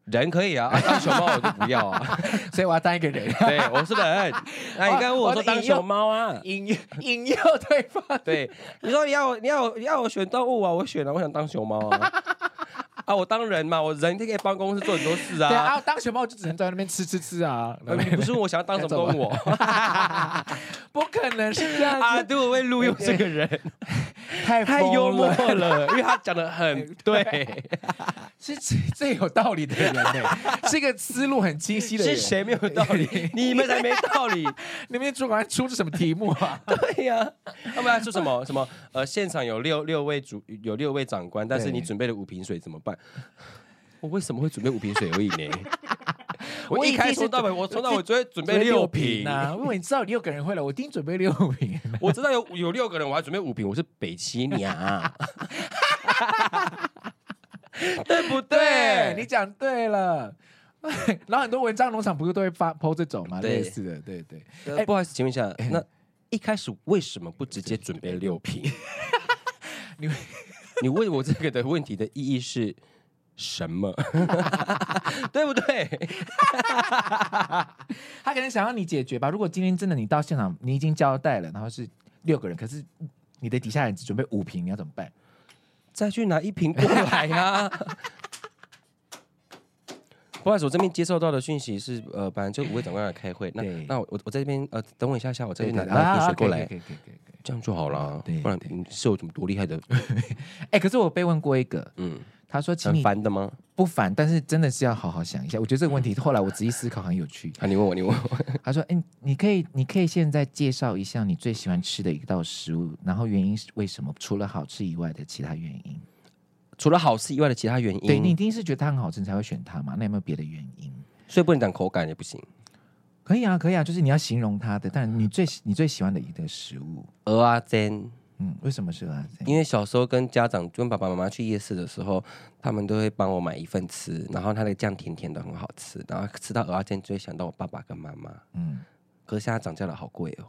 S2: 人可以 啊，啊当熊猫我就不要啊。
S1: 所以我要当一个 人，
S2: 对，我是 人。那你刚刚问我
S1: 我的
S2: 说当
S1: 引诱
S2: 熊猫啊？
S1: 引 诱引诱对方。
S2: 对， 你说你要我你要我你要我选动物啊，我选了，我想当熊猫啊。 啊，我当人嘛，我人可以帮公司做很多事
S1: 对
S2: 啊。
S1: 啊，当熊猫就只能在那边吃吃吃啊，
S2: 呃你不是问我想要当什么动 物哦？
S1: 不可能是这 样
S2: 啊，
S1: 子，
S2: 对，我会录用这个人，
S1: 太
S2: 太幽默
S1: 疯了，
S2: 了， 因为他讲的很对。
S1: 是 最最有道理的人嘞， 是一个思路很清晰的人。
S2: 是？谁没有道理？ 你们才没道理！
S1: 你们主管出的什么题目啊？
S2: 对呀、他们还说什么 什么呃，现场有六六位主有六位长官，但是
S1: 对
S2: 你准备了五瓶水怎么办？我为什么会准备五瓶水而已呢？我一开始
S1: 定是
S2: 到尾，我从到尾只会准备
S1: 准备
S2: 六
S1: 瓶
S2: 瓶
S1: 啊，因为你知道六个人会来，我一定准备六瓶。
S2: 我知道有有六个人，我还准备五瓶，我是北七娘， 对不对？
S1: 你讲 对了。 然后很多文章农场不是都会发 PO 这种吗？
S2: 对
S1: 类似的，对对。
S2: 呃不好意思，请问一下，
S1: 哎
S2: 那一开始为什么不直接准备六瓶？
S1: 你
S2: 你问我这个的问题的意义是什么？ 对不对？
S1: 他可能想要你解决吧。如果今天真的你到现场，你已经交代了，然后是六个人，可是你的底下人只准备五瓶，你要怎么办？
S2: 再去拿一瓶过来 啊！不好意思，我这边接受到的讯息是，呃，本来就五位长官来开会，那
S1: 对
S2: 那我我我在这边，呃，等我一下下，我再
S1: 对
S2: 去
S1: 对对
S2: 拿拿一瓶
S1: 啊
S2: 水过
S1: ，OK，OK，OK，OK，OK，
S2: 来，这样就好了。
S1: 对
S2: 不然
S1: 对
S2: 你是有怎么多厉害的？
S1: 哎，可是我被问过一个，
S2: 嗯，
S1: 他说请
S2: 很
S1: 你
S2: 烦的吗？
S1: 不烦，但是真的是要好好想一下。我觉得这个
S2: 嗯
S1: 问题后来我仔细思考很有 趣。
S2: 啊，你问我，你问我，
S1: 他说：“哎、你可以，你可以现在介绍一下你最喜欢吃的一道食物，然后原因是为什么？除了好吃以外的其他原因。
S2: 除了好吃以外的其他原因，
S1: 对你一定是觉得它很好吃，你才会选它嘛？那有没有别的原因？
S2: 所以不能讲口感也不行。
S1: 可以啊，可以啊，就是你要形容它的，
S2: 嗯
S1: 但你最喜你最喜欢的一个食物，
S2: 鹅啊煎，
S1: 嗯，为什么是啊？
S2: 因为小时候跟家长、跟爸爸妈妈去夜市的时候，他们都会帮我买一份吃，然后它的酱甜甜的，很好吃。然后吃到鹅啊煎，就会想到我爸爸跟妈妈。
S1: 嗯，
S2: 可是现在涨价了，好贵哦。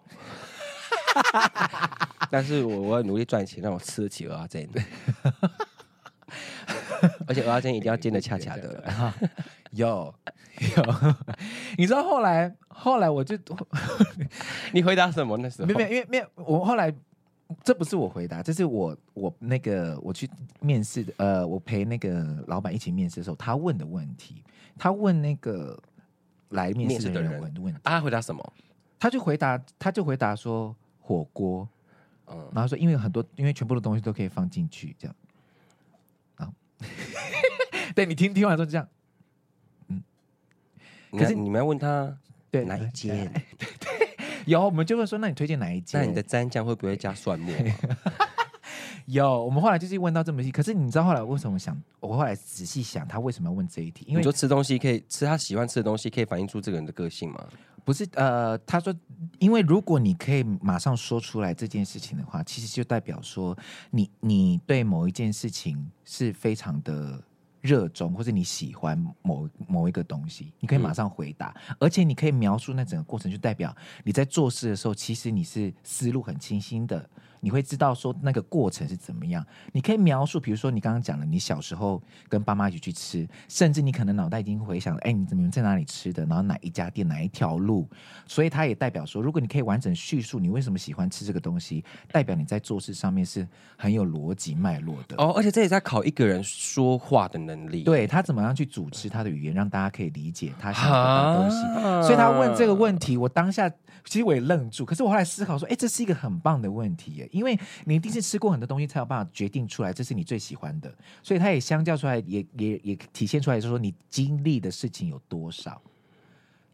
S2: 但是我我要努力赚钱，让我吃得起鹅啊煎。 而且鹅啊煎一定要煎的恰恰 的。
S1: 有 有，你知道后来后来我就
S2: 你回答什么那时候
S1: 没？有没有，因为没有我后来这不是我回答，这是我我那个我去面试的，呃，我陪那个老板一起面试的时候，他问的问题，他问那个来面试的
S2: 面试的
S1: 人
S2: 人
S1: 问的问题，
S2: 啊，回答什么？
S1: 他就回答他就回答说火锅，
S2: 嗯，
S1: 然后说因为很多因为全部的东西都可以放进去这样，然后 对你听听完之后就这样，可
S2: 可是
S1: 是
S2: 你们要问他
S1: 对
S2: 哪一间？
S1: 有我们就会说那你推荐哪一间？
S2: 那你的蘸酱会不会加蒜末啊？
S1: 有，我们后来就是问到这么细，可是你知道后来为什么想？我后来仔细想，他为什么要问这一题？因
S2: 你
S1: 为
S2: 说吃东西可以吃他喜欢吃的东西，可以反映出这个人的个性吗？
S1: 不是呃，他说，因为如果你可以马上说出来这件事情的话，其实就代表说你你对某一件事情是非常的热衷，或者你喜欢某某一个东西，你可以
S2: 嗯
S1: 马上回答，而且你可以描述那整个过程，就代表你在做事的时候，其实你是思路很清晰的，你会知道说那个过程是怎么样。你可以描述，比如说你刚刚讲了，你小时候跟爸妈一起去吃，甚至你可能脑袋已经回想，哎，你怎么在哪里吃的，然后哪一家店哪一条路，所以它也代表说，如果你可以完整叙述你为什么喜欢吃这个东西，代表你在做事上面是很有逻辑脉络的。
S2: 哦，而且这也在考一个人说话的能力。
S1: 对他怎么样去组织他的语言，让大家可以理解他想要表达
S2: 啊，
S1: 的东西。所以他问这个问题，我当下其实我也愣住，可是我后来思考说，哎，这是一个很棒的问题耶，因为你一定是吃过很多东西，才有办法决定出来这是你最喜欢的，所以它也相较出来，也也也体现出来，就是说你经历的事情有多少，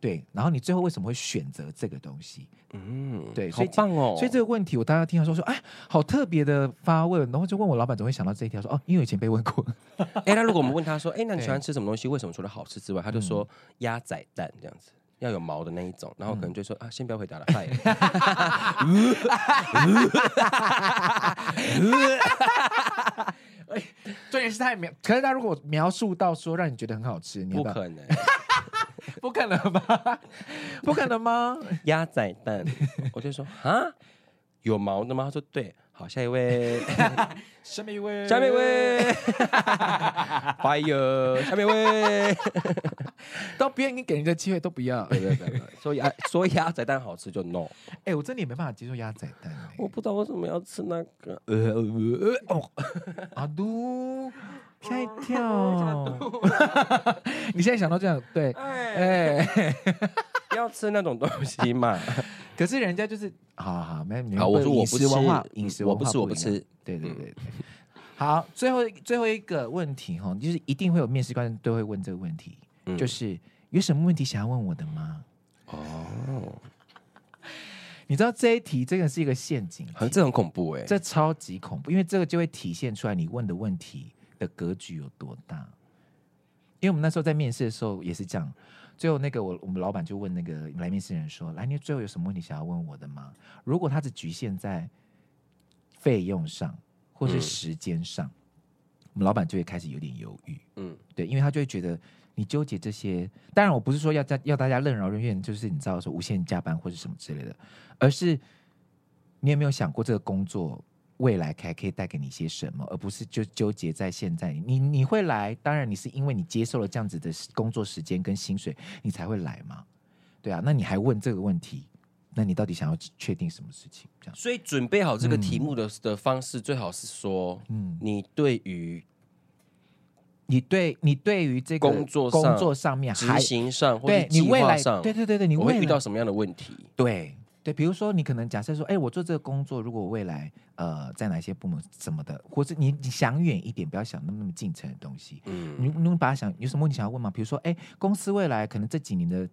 S1: 对，然后你最后为什么会选择这个东西？
S2: 嗯
S1: 对
S2: 好
S1: 所以
S2: 棒哦。
S1: 所以这个问题我当时听到说说，哎，好特别的发问，然后就问我老板怎么会想到这一条，说哦，因为我以前被问过，
S2: 哎，那如果我们问他说，哎，那你
S1: 对
S2: 喜欢吃什么东西？为什么除了好吃之外，他就说鸭仔蛋这样子。要有毛的那一种，然后可能就说、啊，先不要回答了， 拜了。
S1: 重点是他也描， 可是他如果描述到说让你觉得很好吃，你要
S2: 不
S1: 不要
S2: 可能，
S1: 不可能吧？ 不可能吗？
S2: 鸭仔蛋，我就说啊，有毛的吗？他说对，好，下一位，
S1: 下面一位
S2: 下面一，位 ，fire，下面一位。
S1: 到别人给人家机会都不要。
S2: 对对对对，所以鸭所以鸭仔蛋好吃就 no，
S1: 哎、我真的也没办法接受鸭仔蛋、
S2: 我
S1: 欸。
S2: 不知道为什么要吃那个，呃呃呃哦，
S1: 阿都啊吓一跳！ 你现在想到这样，对，
S2: 哎，
S1: 哎、
S2: 要吃那种东西嘛。
S1: 可是人家就是，好好好，没没
S2: 好我说我
S1: 饮
S2: 不
S1: 食文化
S2: 吃，
S1: 饮食
S2: 我
S1: 文
S2: 不
S1: 化
S2: 吃我不
S1: 一样
S2: 吃嗯
S1: 对对对对。好，最后最后一个问题哈，就是一定会有面试官都会问这个问题，
S2: 嗯
S1: 就是有什么问题想要问我的吗？
S2: 哦，
S1: 你知道这一题真的是一个陷阱题，
S2: 很这很恐怖哎，
S1: 这超级恐怖，因为这个就会体现出来你问的问题的格局有多大。因为我们那时候在面试的时候也是这样。最后那个我我们老板就问那个来面试人说：“来，你最后有什么问题想要问我的吗？”如果他只局限在费用上或是
S2: 嗯
S1: 时间上，我们老板就会开始有点犹豫。
S2: 嗯，
S1: 对，因为他就会觉得你纠结这些。当然，我不是说要大要大家任劳任怨，就是你知道说无限加班或是什么之类的，而是你有没有想过这个工作未来还可以带给你些什么，而不是就纠结在现在。你你会来，当然你是因为你接受了这样子的工作时间跟薪水，你才会来嘛。对啊，那你还问这个问题，那你到底想要确定什么事情？这样，
S2: 所以准备好这个题目的、的方式，最好是说，
S1: 嗯，
S2: 你对于
S1: 你对你对于这个
S2: 工作上
S1: 工作上面
S2: 执
S1: 还
S2: 行上或
S1: 对
S2: 者
S1: 你
S2: 计
S1: 未
S2: 划
S1: 来
S2: 上，
S1: 对对对对，你
S2: 我
S1: 未
S2: 会
S1: 来
S2: 遇到什么样的问题？
S1: 对对，比如说你可能假设说，哎，我做这个工作，如果我未来呃在哪些部门什么的，或者你你想远一点，不要想那么那么近程的东西，
S2: 嗯
S1: 你你把它想有什么问题想要问吗？比如说，哎，公司未来可能这几年的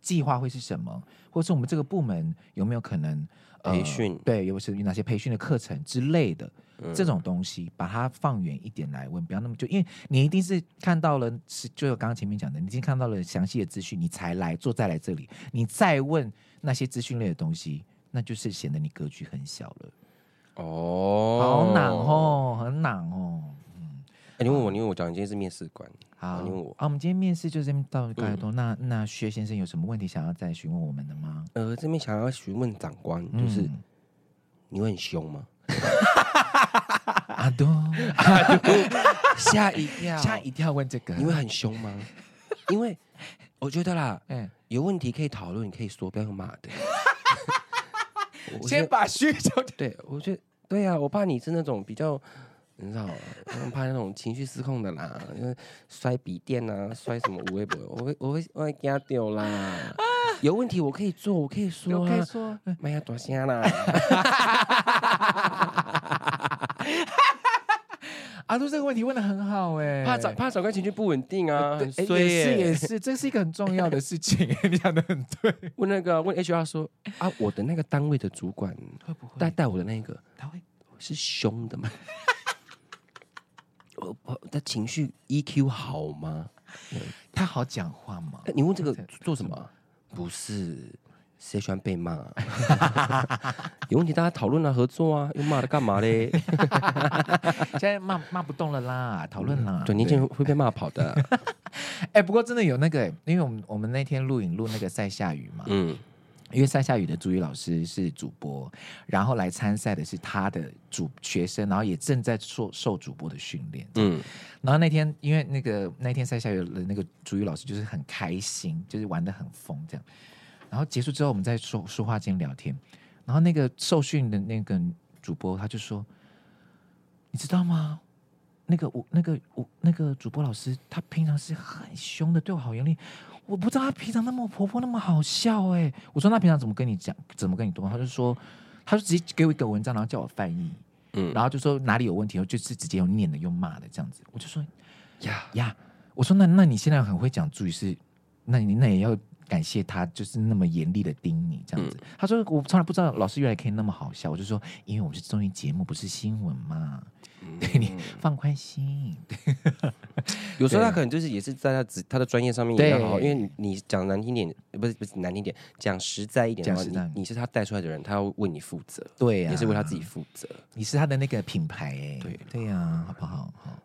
S1: 计划会是什么，或者是我们这个部门有没有可能、呃
S2: 培训
S1: 对，有是有哪些培训的课程之类的，
S2: 嗯
S1: 这种东西把它放远一点来问，不要那么就因为你一定是看到了，是就我刚刚前面讲的，你已经看到了详细的资讯，你才来坐再来这里，你再问那些资讯类的东西。那就是显得你格局很小了，
S2: 哦，
S1: 好难。哦，很难哦。
S2: 哎、你问我，你问我，讲你今天是面试官，
S1: 好，
S2: 好你问我嗯
S1: 啊，我们今天面试就这边到告一段落。那那薛先生有什么问题想要再询问我们的吗？
S2: 呃，这边想要询问长官，就是、
S1: 嗯
S2: 你会很凶吗？啊
S1: 阿东，
S2: 吓一跳
S1: 吓啊一跳问这个，
S2: 你会很凶吗？ 因为我觉得啦，
S1: 哎，
S2: 有问题可以讨论，可以说，不要用骂的。 我觉得
S1: 把薛小
S2: 对，我觉得对呀、我怕你是那种比较，你知道，我怕那种情绪失控的啦，因为摔笔电啊，摔什么微博，我会我会我会给他丢啦。有问题我可以做，我可以说
S1: 啊我可以
S2: 啊，
S1: 说，
S2: 妈呀，多香 啦！
S1: 阿东这个问题问的很好哎，
S2: 怕长怕长官情绪不稳定啊，
S1: 对
S2: 很
S1: 哎
S2: 衰
S1: 也是也
S2: 耶。
S1: 是，这是一个很重要的事情，哎你讲的很对，
S2: 问那个问 HR 说啊，我的那个单位的主管
S1: 会不会
S2: 带带我的那个
S1: 他会
S2: 是凶的吗？ 我我的情绪 EQ 好吗？
S1: 他好讲话 吗？
S2: 你问这个做什么啊？不是，谁喜欢被骂 啊？有问题大家讨论啊，合作啊，又骂他干嘛 嘞？
S1: 现在骂骂不动了啦，讨论啦，
S2: 对，年轻人会被骂跑的。啊
S1: 哎，不过真的有那个哎，因为我们我们那天录影录那个在下雨嘛，
S2: 嗯，
S1: 因为赛夏雨的主语老师是主播，然后来参赛的是他的主学生，然后也正在受受主播的训练。
S2: 嗯，
S1: 然后那天因为那个那天赛夏雨的那个主语老师就是很开心，就是玩的很疯这样。然后结束之后，我们在说说话间聊天，然后那个受训的那个主播他就说：“你知道吗？那个我那个我那个主播老师，他平常是很凶的，对我好严厉。我不知道他平常那么活泼，那么好笑哎、我说那平常怎么跟你讲，怎么跟你沟通？他就说，他就直接给我一个文章，然后叫我翻译，
S2: 嗯
S1: 然后就说哪里有问题，就是直接用念的，用骂的这样子。我就说
S2: 呀，
S1: 呀，我说那那你现在很会讲注意是，那你那也要感谢他，就是那么严厉的盯你这样
S2: 嗯
S1: 子。他说我从来不知道老师原来可以那么好笑，我就说因为我们是综艺节目，不是新闻嘛，
S2: 嗯
S1: 对你放宽心。
S2: 有时候他可能就是也是在他职他的专业上面也要好好，
S1: 对
S2: 因为你你讲难听点，呃不是不是难听点，讲实在一点的话，
S1: 讲实在
S2: 你你是他带出来的人，他要为你负责，
S1: 对啊呀、
S2: 也是为他自己，负责。
S1: 你是他的那个品牌哎、
S2: 对
S1: 对呀、好不好？好。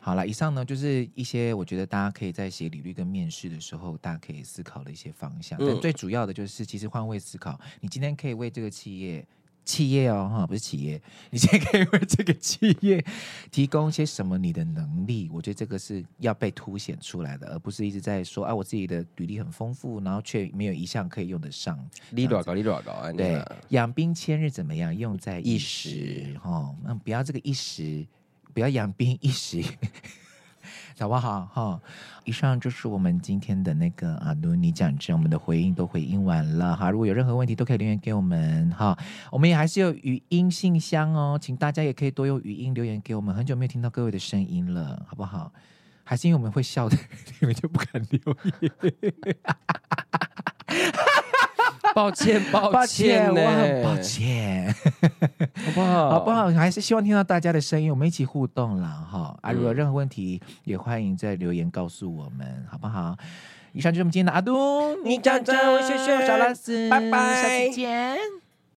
S1: 好了，以上呢就是一些我觉得大家可以在写履历跟面试的时候，大家可以思考的一些方向。但
S2: 嗯
S1: 最主要的就是，其实换位思考，你今天可以为这个企业。企业哦，哈，不是企业， 你今天可以为这个企业提供些什么你的能力？我觉得这个是要被凸显出来的，而不是一直在说啊，我自己的履历很丰富，然后却没有一项可以用得上。
S2: 你多高，你多高啊？
S1: 对，养兵千日怎么样？用在一
S2: 一
S1: 时哦，那不要这个一时，不要养兵一时， 好不好？哈、以上就是我们今天的那个啊，努尼讲真，我们的回应都回应完了哈。如果有任何问题，都可以留言给我们哈。我们也还是有语音信箱哦，请大家也可以多用语音留言给我们。很久没有听到各位的声音了，好不好？还是因为我们会 笑的，你们就不敢留言。
S2: 抱歉，抱
S1: 抱
S2: 歉
S1: 歉，
S2: 呢，
S1: 我很抱，歉，
S2: 好不好？
S1: 好不？好？还是希望听到大家的声音，我们一起互动啦，哈啊！
S2: 嗯
S1: 如果有任何问题，也欢迎在留言告诉我们，好不好？以上就是我们今天的阿都，
S2: 你讲真我学学
S1: 小拉斯，
S2: 拜拜
S1: 下次见。